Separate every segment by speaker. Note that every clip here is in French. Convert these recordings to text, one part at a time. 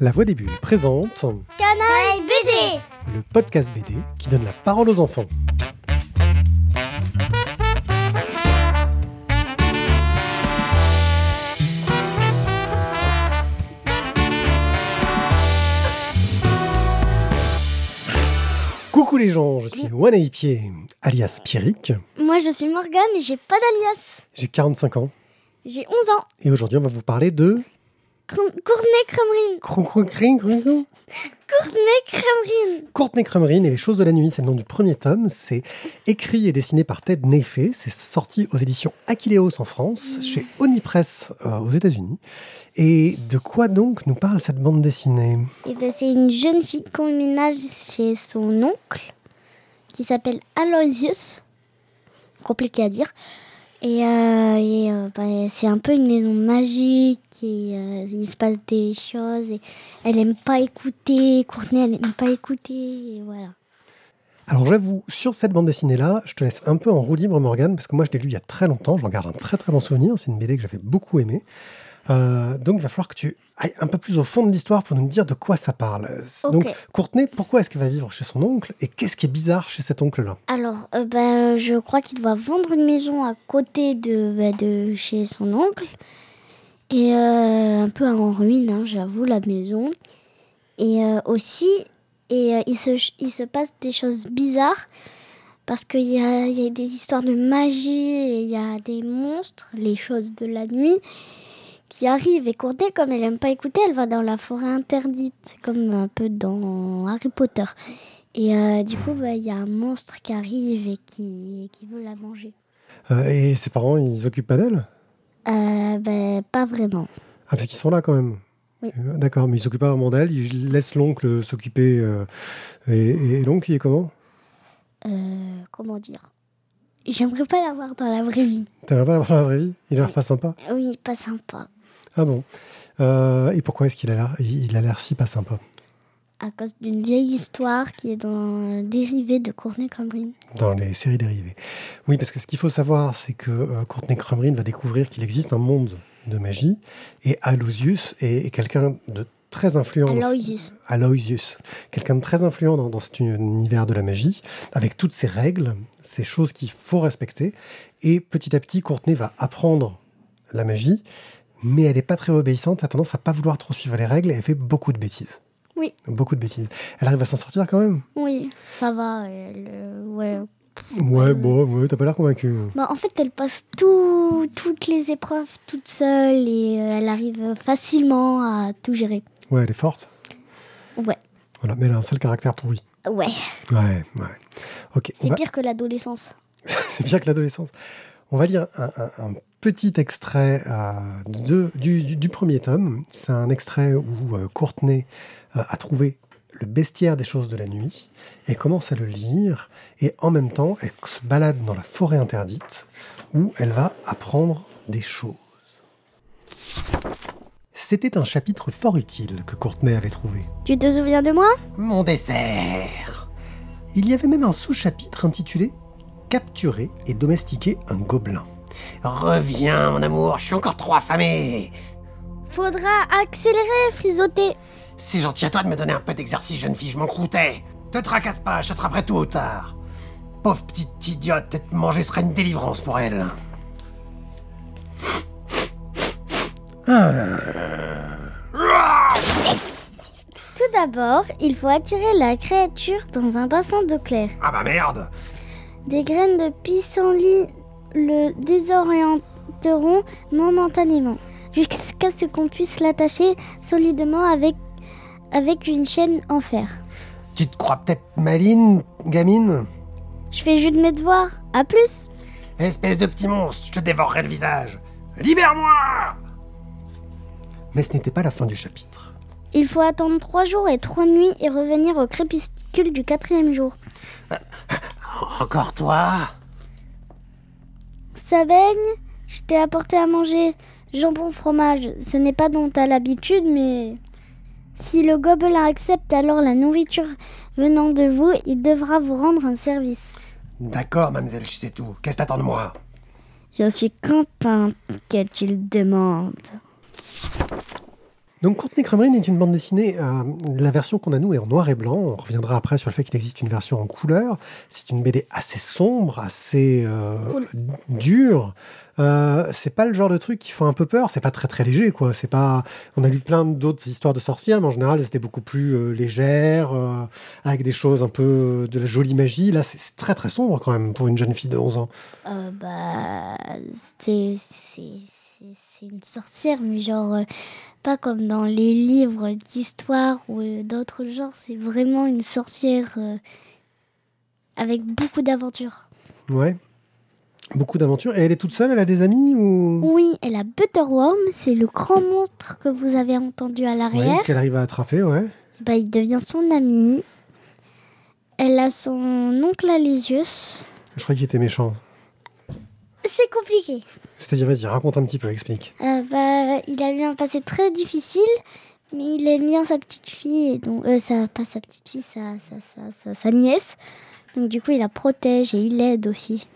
Speaker 1: La Voix des Bulles présente
Speaker 2: Canaille BD
Speaker 1: le podcast BD qui donne la parole aux enfants. Coucou les gens, je suis Wanaï Pied, alias Pierrick.
Speaker 2: Moi je suis Morgane et j'ai pas d'alias.
Speaker 1: J'ai 45 ans
Speaker 2: J'ai 11 ans.
Speaker 1: et aujourd'hui on va vous parler de.
Speaker 2: Cour- Courtney Crumrin. Courtney Crumrin.
Speaker 1: Courtney Crumrin et les choses de la nuit, c'est le nom du premier tome. C'est écrit et dessiné par Ted Neyfé. C'est sorti aux éditions Aquileos en France, chez Onipress euh, aux États-Unis. Et de quoi donc nous parle cette bande dessinée
Speaker 2: Et ben, c'est une jeune fille qu'on ménage chez son oncle qui s'appelle Aloysius. Compliqué à dire. Et, euh, et, euh, ben, c'est un peu une maison magique et euh, il se passe des choses. Et elle aime pas écouter. Courtney elle aime pas écouter. Et voilà.
Speaker 1: Alors j'avoue, sur cette bande dessinée-là, je te laisse un peu en roue libre, Morgane, parce que moi je l'ai lu il y a très longtemps, j'en garde un très très bon souvenir, c'est une BD que j'avais beaucoup aimée. Euh, donc il va falloir que tu ailles un peu plus au fond de l'histoire pour nous dire de quoi ça parle.
Speaker 2: Ok.
Speaker 1: Donc Courtney, pourquoi est-ce qu'elle va vivre chez son oncle et qu'est-ce qui est bizarre chez cet oncle-là
Speaker 2: Alors, euh, ben, je crois qu'il doit vendre une maison à côté de, ben, de chez son oncle. Et euh, un peu en ruine, hein, j'avoue, la maison. Et euh, aussi, et, euh, il, se, ch- il se passe des choses bizarres. Parce qu'il y a, il y a des histoires de magie, et il y a des monstres, les choses de la nuit qui arrivent. Et Courtney, comme elle aime pas écouter, elle va dans la forêt interdite. C'est comme un peu dans Harry Potter. Et euh, du coup, bah, il y a un monstre qui arrive et qui, qui veut la manger.
Speaker 1: Euh, et ses parents, ils occupent pas d'elle
Speaker 2: Euh, bah, pas vraiment.
Speaker 1: Ah, parce qu'ils sont là quand même.
Speaker 2: Oui.
Speaker 1: Euh, D'accord, mais ils s'occupent pas vraiment d'elle. Ils laissent l'oncle s'occuper. euh, et et- et l'oncle, il est comment
Speaker 2: Euh, comment dire J'aimerais pas la voir dans la vraie vie.
Speaker 1: T'arrives pas à l'avoir dans la vraie vie Il a l'air pas sympa
Speaker 2: Oui, pas sympa.
Speaker 1: Ah bon Euh, Et pourquoi est-ce qu'il a l'air il il a l'air si pas sympa
Speaker 2: À cause d'une vieille histoire qui est dans un dérivé de Courtney Cambrin.
Speaker 1: dans les séries dérivées Oui, parce que ce qu'il faut savoir, c'est que euh, Courtney Crumrin va découvrir qu'il existe un monde de magie. Et Aloysius est, est quelqu'un de très influent. dans-
Speaker 2: Aloysius.
Speaker 1: Aloysius, quelqu'un de très influent dans, dans cet univers de la magie, avec toutes ses règles, ces choses qu'il faut respecter. Et petit à petit, Courtenay va apprendre la magie, mais elle n'est pas très obéissante, a tendance à pas vouloir trop suivre les règles et elle fait beaucoup de bêtises.
Speaker 2: Oui.
Speaker 1: Beaucoup de bêtises. Elle arrive à s'en sortir quand même
Speaker 2: Oui, ça va. elle, euh, ouais. Mm.
Speaker 1: Ouais, bon, ouais, t'as pas l'air convaincu.
Speaker 2: Bah, en fait, elle passe tout, toutes les épreuves toute seule et euh, elle arrive facilement à tout gérer.
Speaker 1: Ouais, elle est forte.
Speaker 2: Ouais,
Speaker 1: Voilà, mais elle a un sale caractère pourri.
Speaker 2: ouais.
Speaker 1: Ouais, ouais. Ok, on
Speaker 2: C'est
Speaker 1: va-
Speaker 2: pire que l'adolescence.
Speaker 1: C'est pire que l'adolescence. On va lire un, un- un petit extrait euh, de- du, du- du premier tome. C'est un extrait où euh, Courtenay euh, a trouvé le bestiaire des choses de la nuit et commence à le lire. Et en même temps, elle se balade dans la forêt interdite où elle va apprendre des choses. C'était un chapitre fort utile que Courtenay avait trouvé.
Speaker 2: Tu te souviens de moi
Speaker 1: Mon dessert Il y avait même un sous-chapitre intitulé Capturer et domestiquer un gobelin.
Speaker 3: Reviens, mon amour, je suis encore trop affamé.
Speaker 2: Faudra accélérer, frisoter.
Speaker 3: C'est gentil à toi de me donner un peu d'exercice, jeune fille, je m'en croûtais. Te tracasse pas, je t'attraperai tôt ou tard. Pauvre petite idiote, être mangée serait une délivrance pour elle.
Speaker 2: Tout d'abord, il faut attirer la créature dans un bassin d'eau claire.
Speaker 3: Ah bah merde
Speaker 2: Des graines de pissenlit le désorienteront momentanément, jusqu'à ce qu'on puisse l'attacher solidement avec, avec une chaîne en fer.
Speaker 3: Tu te crois peut-être maline, gamine
Speaker 2: Je fais juste mes devoirs. À plus
Speaker 3: Espèce de petit monstre, je te dévorerai le visage. Libère-moi
Speaker 1: Mais ce n'était pas la fin du chapitre.
Speaker 2: Il faut attendre trois jours et trois nuits et revenir au crépuscule du quatrième jour.
Speaker 3: Encore toi
Speaker 2: Ça baigne Je t'ai apporté à manger. Jambon fromage, ce n'est pas dont t'as l'habitude, mais... Si le gobelin accepte alors la nourriture venant de vous, il devra vous rendre un service.
Speaker 3: D'accord, mademoiselle, je sais tout. Qu'est-ce que t'attends de moi
Speaker 2: Je suis contente que tu le demandes.
Speaker 1: Donc Courtenay Crumrine est une bande dessinée, euh, la version qu'on a nous est en noir et blanc, on reviendra après sur le fait qu'il existe une version en couleur, c'est une BD assez sombre, assez euh, dure, euh, c'est pas le genre de truc qui font un peu peur, c'est pas très très léger quoi, c'est pas... On a lu plein d'autres histoires de sorcières, mais en général c'était beaucoup plus euh, légère, euh, avec des choses un peu de la jolie magie, là c'est c'est très très sombre quand même pour une jeune fille de 11 ans.
Speaker 2: Euh, bah, c'est c'est- c'est- c'est une sorcière, mais genre, euh, pas comme dans les livres d'histoire ou euh, d'autres genres, c'est vraiment une sorcière euh, avec beaucoup d'aventures.
Speaker 1: Ouais. Beaucoup d'aventures. Et elle est toute seule, elle a des amis ou...
Speaker 2: Oui, et la Butterworm, c'est le grand monstre que vous avez entendu à
Speaker 1: Ouais,
Speaker 2: l'arrière.
Speaker 1: qu'elle arrive à attraper, ouais.
Speaker 2: Bah, il devient son ami. Elle a son oncle Alésius.
Speaker 1: Je croyais qu'il était méchant.
Speaker 2: C'est compliqué.
Speaker 1: C'est-à-dire, vas-y, raconte un petit peu, explique.
Speaker 2: Euh, bah, il a eu un passé très difficile, mais il aime bien sa petite fille, et donc euh, sa- pas sa petite fille, sa, sa, sa, sa, sa nièce. Donc du coup, il la protège et il l'aide aussi.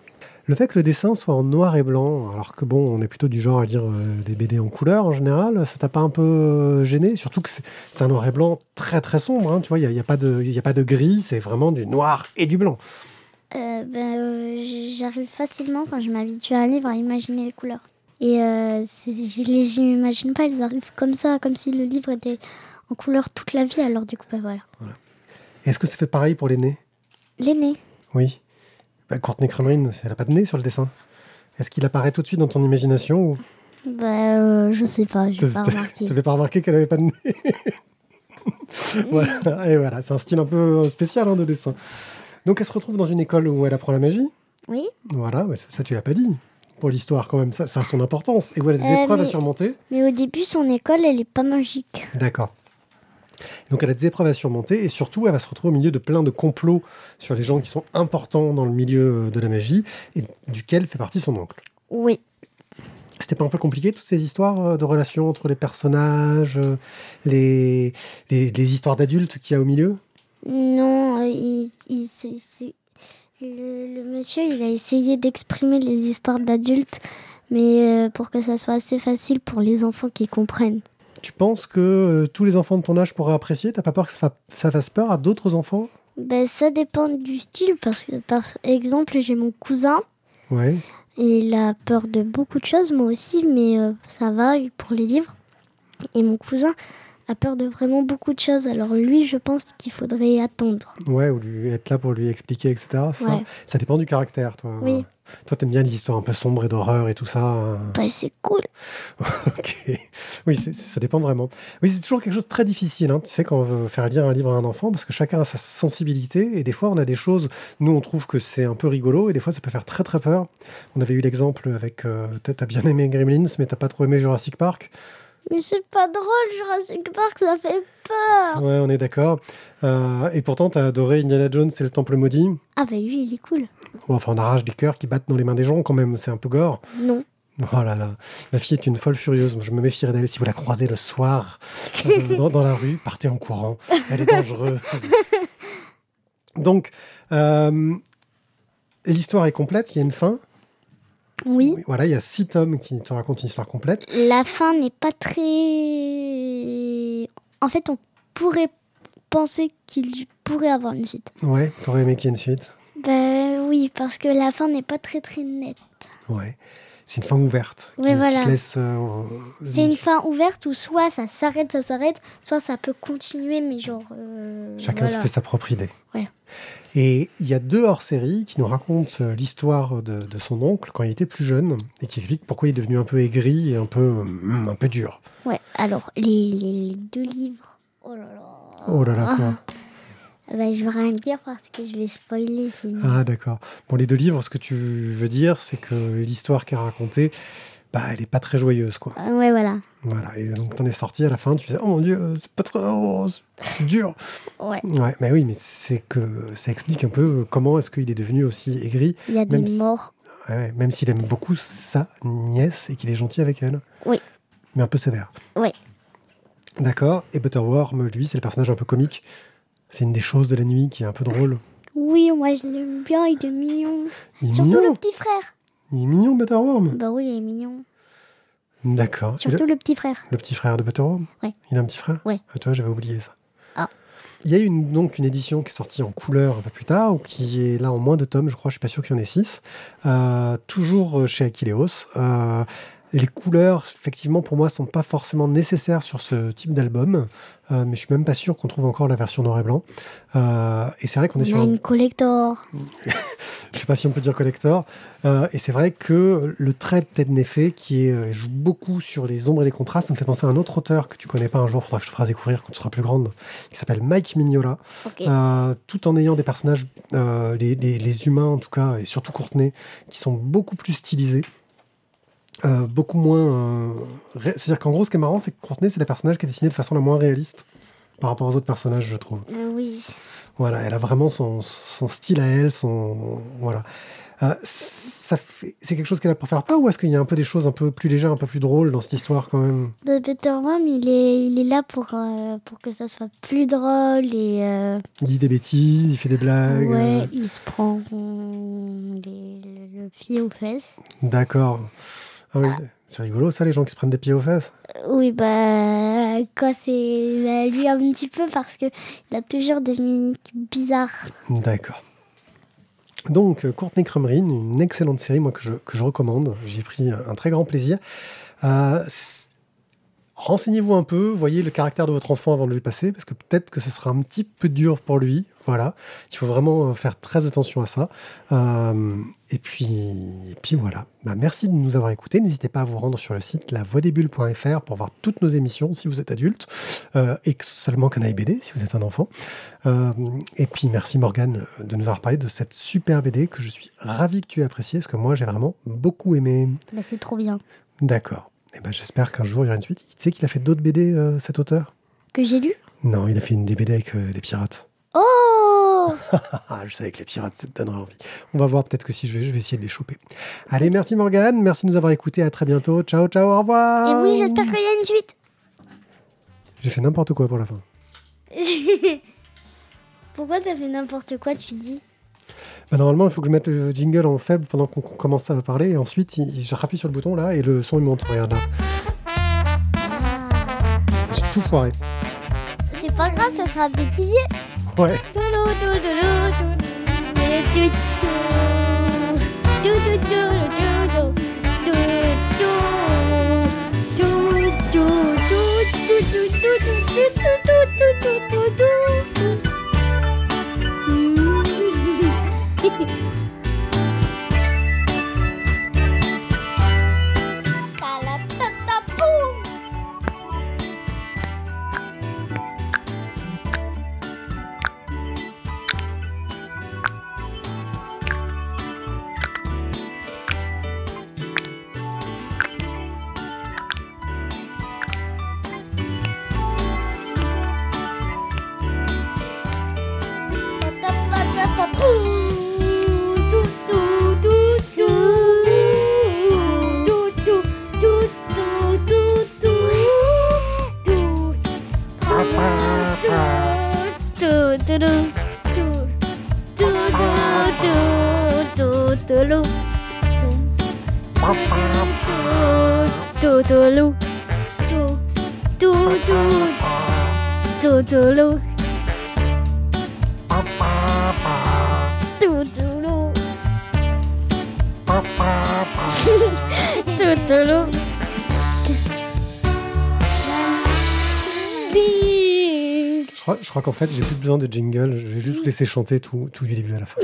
Speaker 1: Le fait que le dessin soit en noir et blanc, alors que bon, on est plutôt du genre à lire euh, des BD en couleur en général, ça t'a pas un peu euh, gêné Surtout que c'est c'est un noir et blanc très très sombre, hein, tu vois, il n'y a, y a, pas de- y a pas de gris, c'est vraiment du noir et du blanc.
Speaker 2: Euh, bah, euh, j- J'arrive facilement, quand je m'habitue à un livre, à imaginer les couleurs. Et euh, c'est- je les je les imagine pas, elles arrivent comme ça, comme si le livre était en couleur toute la vie, alors du coup, bah voilà.
Speaker 1: Est-ce que ça fait pareil pour les nez
Speaker 2: L'aîné,
Speaker 1: Oui. Bah, Courtney Crumrine, elle n'a pas de nez sur le dessin. Est-ce qu'il apparaît tout de suite dans ton imagination ou
Speaker 2: bah euh, je sais pas, j'ai pas remarqué.
Speaker 1: Tu n'avais pas remarqué qu'elle avait pas de nez voilà. Et voilà, c'est un style un peu spécial hein, de dessin. Donc elle se retrouve dans une école où elle apprend la magie.
Speaker 2: Oui,
Speaker 1: Voilà, ouais, ça, ça, tu l'as pas dit. Pour l'histoire quand même, ça, ça a son importance. Et où elle a des
Speaker 2: Euh,
Speaker 1: épreuves à
Speaker 2: mais-
Speaker 1: surmonter.
Speaker 2: mais au début, son école, elle est pas magique.
Speaker 1: D'accord. Donc elle a des épreuves à surmonter et surtout elle va se retrouver au milieu de plein de complots sur les gens qui sont importants dans le milieu euh, de la magie et duquel fait partie son oncle.
Speaker 2: Oui.
Speaker 1: C'était pas un peu compliqué toutes ces histoires euh, de relations entre les personnages, euh, les, les, les histoires d'adultes qu'il y a au milieu
Speaker 2: Non, euh, il, il- c'est- c'est- le, le monsieur, il a essayé d'exprimer les histoires d'adultes, mais euh, pour que ça soit assez facile pour les enfants qui comprennent.
Speaker 1: Tu penses que euh, tous les enfants de ton âge pourraient apprécier T'as pas peur que ça, fa- ça fasse peur à d'autres enfants
Speaker 2: Ben, ça dépend du style, parce que par exemple, j'ai mon cousin,
Speaker 1: Ouais.
Speaker 2: et il a peur de beaucoup de choses, moi aussi, mais euh, ça va il- pour les livres. Et mon cousin a peur de vraiment beaucoup de choses, alors lui, je pense qu'il faudrait attendre.
Speaker 1: Ouais, ou lui, être là pour lui expliquer, etc. c'est Ça,
Speaker 2: Ouais.
Speaker 1: ça dépend du caractère, toi.
Speaker 2: Oui.
Speaker 1: Toi, t'aimes bien les histoires un peu sombres et d'horreur et tout ça. hein.
Speaker 2: Ben, c'est cool.
Speaker 1: ok. Oui, c'est- ça dépend vraiment. Oui, c'est toujours quelque chose de très difficile. hein. Tu sais, quand on veut faire lire un livre à un enfant, parce que chacun a sa sensibilité. Et des fois, on a des choses. Nous, on trouve que c'est un peu rigolo. Et des fois, ça peut faire très, très peur. On avait eu l'exemple avec. euh, t'as- t'as bien aimé Gremlins, mais t'as pas trop aimé Jurassic Park.
Speaker 2: Mais c'est pas drôle, Jurassic Park, ça fait peur.
Speaker 1: Ouais, on est d'accord. Euh, et pourtant, t'as adoré Indiana Jones et le Temple Maudit.
Speaker 2: Ah bah lui, il est cool.
Speaker 1: Bon, enfin, on arrache des cœurs qui battent dans les mains des gens quand même. C'est un peu gore.
Speaker 2: Non.
Speaker 1: Oh là là, ma fille est une folle furieuse. Je me méfierai d'elle. Si vous la croisez le soir euh, dans, dans la rue, partez en courant. Elle est dangereuse. Donc, euh, l'histoire est complète. Il y a une fin.
Speaker 2: Oui.
Speaker 1: Voilà, il y a six tomes qui te racontent une histoire complète.
Speaker 2: La fin n'est pas très... En fait, on pourrait penser qu'il pourrait avoir une suite.
Speaker 1: Ouais, t'aurais aimé qu'il y ait une suite.
Speaker 2: Bah oui, parce que la fin n'est pas très très nette.
Speaker 1: Ouais. C'est une fin ouverte.
Speaker 2: Ouais,
Speaker 1: qui-
Speaker 2: voilà.
Speaker 1: Qui te laisse, euh,
Speaker 2: C'est une fin ouverte où soit ça s'arrête, ça s'arrête, soit ça peut continuer, mais genre... euh,
Speaker 1: Chacun se
Speaker 2: voilà.
Speaker 1: fait sa propre idée.
Speaker 2: Ouais.
Speaker 1: Et il y a deux hors-série qui nous racontent euh, l'histoire de, de son oncle quand il était plus jeune et qui explique pourquoi il est devenu un peu aigri et un peu, hum, un peu dur.
Speaker 2: Ouais, alors, les, les- les deux livres... Oh là là.
Speaker 1: Oh là là,
Speaker 2: Ah.
Speaker 1: quoi.
Speaker 2: Bah, je vais rien dire parce que je vais spoiler sinon.
Speaker 1: Ah, d'accord. Bon, les deux livres, ce que tu veux dire, c'est que l'histoire qui est racontée, bah, elle est pas très joyeuse, quoi.
Speaker 2: Ah, Ouais, voilà.
Speaker 1: Voilà. Et donc, t'en es sorti à la fin, tu disais, oh mon dieu, euh, c'est pas très. oh, c'est- c'est dur.
Speaker 2: Ouais.
Speaker 1: Ouais, mais oui, mais c'est que ça explique un peu comment est-ce qu'il est devenu aussi aigri
Speaker 2: Il y a
Speaker 1: Même
Speaker 2: des
Speaker 1: si-
Speaker 2: morts.
Speaker 1: Ouais, ouais, même s'il aime beaucoup sa nièce et qu'il est gentil avec elle.
Speaker 2: Oui.
Speaker 1: Mais un peu sévère.
Speaker 2: Ouais.
Speaker 1: D'accord. Et Butterworm, lui, c'est le personnage un peu comique. C'est une des choses de la nuit qui est un peu drôle.
Speaker 2: Oui, moi je l'aime bien, il est mignon.
Speaker 1: Il est
Speaker 2: Surtout
Speaker 1: mignon.
Speaker 2: le petit frère.
Speaker 1: Il est mignon, Butterworm.
Speaker 2: Bah oui, il est mignon.
Speaker 1: D'accord. Et
Speaker 2: Surtout le petit frère.
Speaker 1: Le petit frère de Buttero
Speaker 2: Ouais.
Speaker 1: Il a un petit frère
Speaker 2: Ouais.
Speaker 1: Ah, tu vois, j'avais oublié ça.
Speaker 2: Ah.
Speaker 1: Il y a eu une- donc une édition qui est sortie en couleur un peu plus tard, ou qui est là en moins de tomes, je crois, je suis pas sûr qu'il y en ait six. Euh, toujours chez Aquileos. Euh, les couleurs, effectivement, pour moi, sont pas forcément nécessaires sur ce type d'album, euh, mais je suis même pas sûr qu'on trouve encore la version noir et blanc. Euh, et c'est vrai qu'on
Speaker 2: On
Speaker 1: est sur
Speaker 2: a
Speaker 1: un-
Speaker 2: une collector.
Speaker 1: je sais pas si on peut dire collector. Euh, et c'est vrai que le trait de Ted Neffet, qui est, euh, joue beaucoup sur les ombres et les contrastes, ça me fait penser à un autre auteur que tu connais pas un jour, faudra que je te fasse découvrir quand tu seras plus grande, qui s'appelle Mike Mignola.
Speaker 2: Ok.
Speaker 1: Euh, tout en ayant des personnages, euh, les, les- les humains en tout cas, et surtout Courtenay, qui sont beaucoup plus stylisés. euh, beaucoup moins. euh, ré- C'est-à-dire qu'en gros, ce qui est marrant, c'est que Courtenay, c'est le personnage qui est dessiné de façon la moins réaliste par rapport aux autres personnages, je trouve.
Speaker 2: Euh, oui.
Speaker 1: Voilà, elle a vraiment son, son style à elle, son voilà. Euh, ça fait- c'est quelque chose qu'elle a pour faire peur ou est-ce qu'il y a un peu des choses un peu plus légères, un peu plus drôles dans cette histoire quand même
Speaker 2: Bah, Peter Worm, il est, il est là pour, euh, pour que ça soit plus drôle et. euh,
Speaker 1: Il dit des bêtises, il fait des blagues.
Speaker 2: ouais,
Speaker 1: euh,
Speaker 2: il se prend euh, les- le, le pied aux fesses.
Speaker 1: D'accord. Ah oui, c'est rigolo ça, les gens qui se prennent des pieds aux fesses.
Speaker 2: Euh, Oui, bah. Quand c'est. bah, lui, un petit peu parce que il a toujours des mimiques bizarres.
Speaker 1: D'accord. Donc, euh, Courtney Crumrin, une excellente série, moi, que je, que je recommande. J'ai pris un un très grand plaisir. Euh, s- Renseignez-vous un peu, voyez le caractère de votre enfant avant de lui passer, parce que peut-être que ce sera un petit peu dur pour lui. Voilà. Il faut vraiment euh, faire très attention à ça. Euh, et puis, et puis voilà. Bah, merci de nous avoir écoutés. N'hésitez pas à vous rendre sur le site lavoidesbulles.fr pour voir toutes nos émissions si vous êtes adulte, euh, et que seulement Canaille BD si vous êtes un enfant. Euh, et puis merci Morgane euh, de nous avoir parlé de cette super BD que je suis ravi que tu aies appréciée, parce que moi j'ai vraiment beaucoup aimé.
Speaker 2: Bah, c'est trop bien.
Speaker 1: D'accord. Et ben j'espère qu'un jour il y aura une suite. Tu sais qu'il a fait d'autres BD euh, cet auteur
Speaker 2: Que j'ai lu
Speaker 1: Non, il a fait une des BD avec euh, des pirates.
Speaker 2: Oh
Speaker 1: Ah, je savais que les pirates, ça te donnerait envie. On va voir peut-être que si je vais, je vais essayer de les choper. Allez, merci Morgane, merci de nous avoir écoutés, à très bientôt. Ciao, ciao, au
Speaker 2: Et
Speaker 1: revoir
Speaker 2: oui, j'espère qu'il y a une suite.
Speaker 1: J'ai fait n'importe quoi pour la fin.
Speaker 2: Pourquoi t'as fait n'importe quoi, tu dis
Speaker 1: Bah, normalement, il faut que je mette le jingle en faible pendant qu'on qu'on commence à parler, et ensuite, il- il- je rappuie sur le bouton là, et le son il monte. Regarde là. J'ai tout foiré.
Speaker 2: C'est pas grave, ça sera bêtisier.
Speaker 1: Ouais.
Speaker 2: Toulou, toulou, toulou, toulou, toulou, toulou, toulou, toulou, toulou, toulou, toulou, toulou, toulou, toulou, toulou, toulou, toulou. Ta-la-ta-ta-poum. Toutoulou. Toutoulou. Ding.
Speaker 1: Je crois, je crois qu'en fait, j'ai plus besoin de jingle, je vais juste laisser chanter tout, tout du début à la fin.